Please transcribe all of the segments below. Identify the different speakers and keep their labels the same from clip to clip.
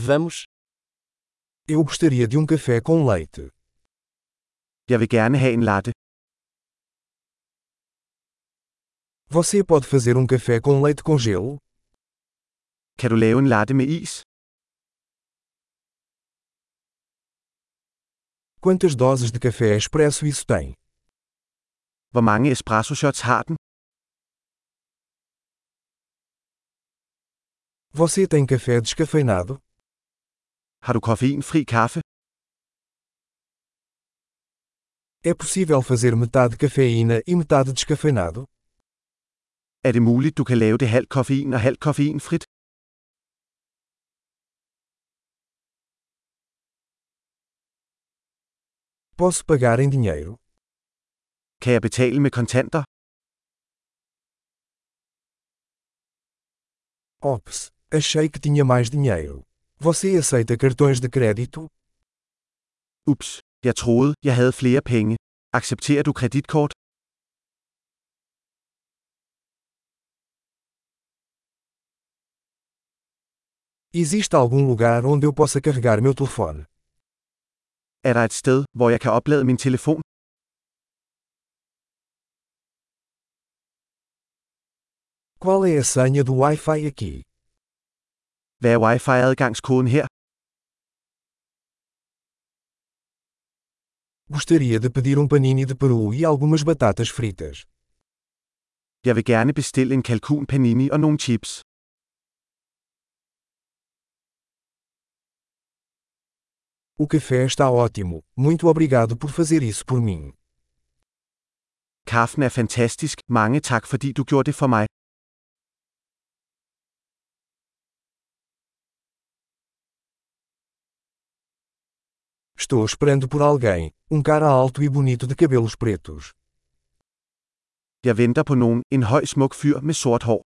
Speaker 1: Vamos.
Speaker 2: Eu gostaria de um café com leite.
Speaker 3: Jeg vil gerne have en latte.
Speaker 2: Você pode fazer um café com leite com gelo?
Speaker 3: Kan du lave en latte med is?
Speaker 2: Quantas doses de café expresso isso tem?
Speaker 3: Hvor mange espresso shots har den?
Speaker 2: Você tem café descafeinado?
Speaker 3: Har du koffeinfri kaffe?
Speaker 2: É possível fazer metade cafeína e metade descafeinado?
Speaker 3: Er det muligt, du kan lave det halvt koffein og halvt koffeinfrit?
Speaker 2: Posso pagar em dinheiro?
Speaker 3: Kan jeg betale med kontanter?
Speaker 2: Ops, achei que tinha mais dinheiro. Você aceita cartões de crédito?
Speaker 3: Ups, jeg troede, jeg havde flere penge. Accepterer du kreditkort?
Speaker 2: Existe algum lugar onde eu possa carregar meu telefone?
Speaker 3: Er der et sted, hvor jeg kan oplade min telefon?
Speaker 2: Qual é a senha do Wi-Fi aqui?
Speaker 3: Hvad er Wi-Fi-adgangskoden her?
Speaker 2: Gostaria de pedir um panini de peru e algumas batatas fritas.
Speaker 3: Jeg vil gerne bestille en kalkun panini og nogle chips.
Speaker 2: O café está ótimo. Muito obrigado por fazer isso por mim.
Speaker 3: Kaffen er fantastisk. Mange tak fordi du gjorde det for mig.
Speaker 2: Estou esperando por alguém, um cara alto e bonito de cabelos pretos.
Speaker 3: Jeg venter på nogen, en høj smuk fyr med sort hår.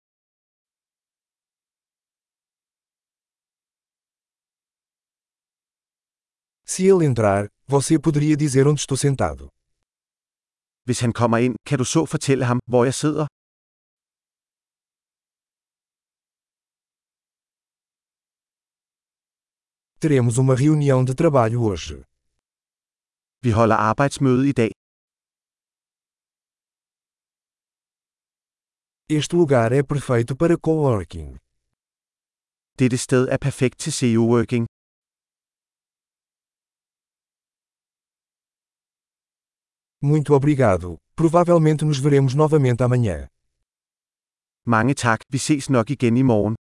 Speaker 2: Se ele entrar, você poderia dizer onde estou sentado.
Speaker 3: Hvis han kommer ind, kan du så fortælle ham, hvor jeg sidder?
Speaker 2: Teremos uma reunião de trabalho hoje.
Speaker 3: Vi holder arbejdsmøde i dag.
Speaker 2: Este lugar é perfeito para coworking.
Speaker 3: Dette sted er perfekt til CEO-working.
Speaker 2: Muito obrigado. Provavelmente nos veremos novamente amanhã.
Speaker 3: Mange tak, vi ses nok igen i morgen.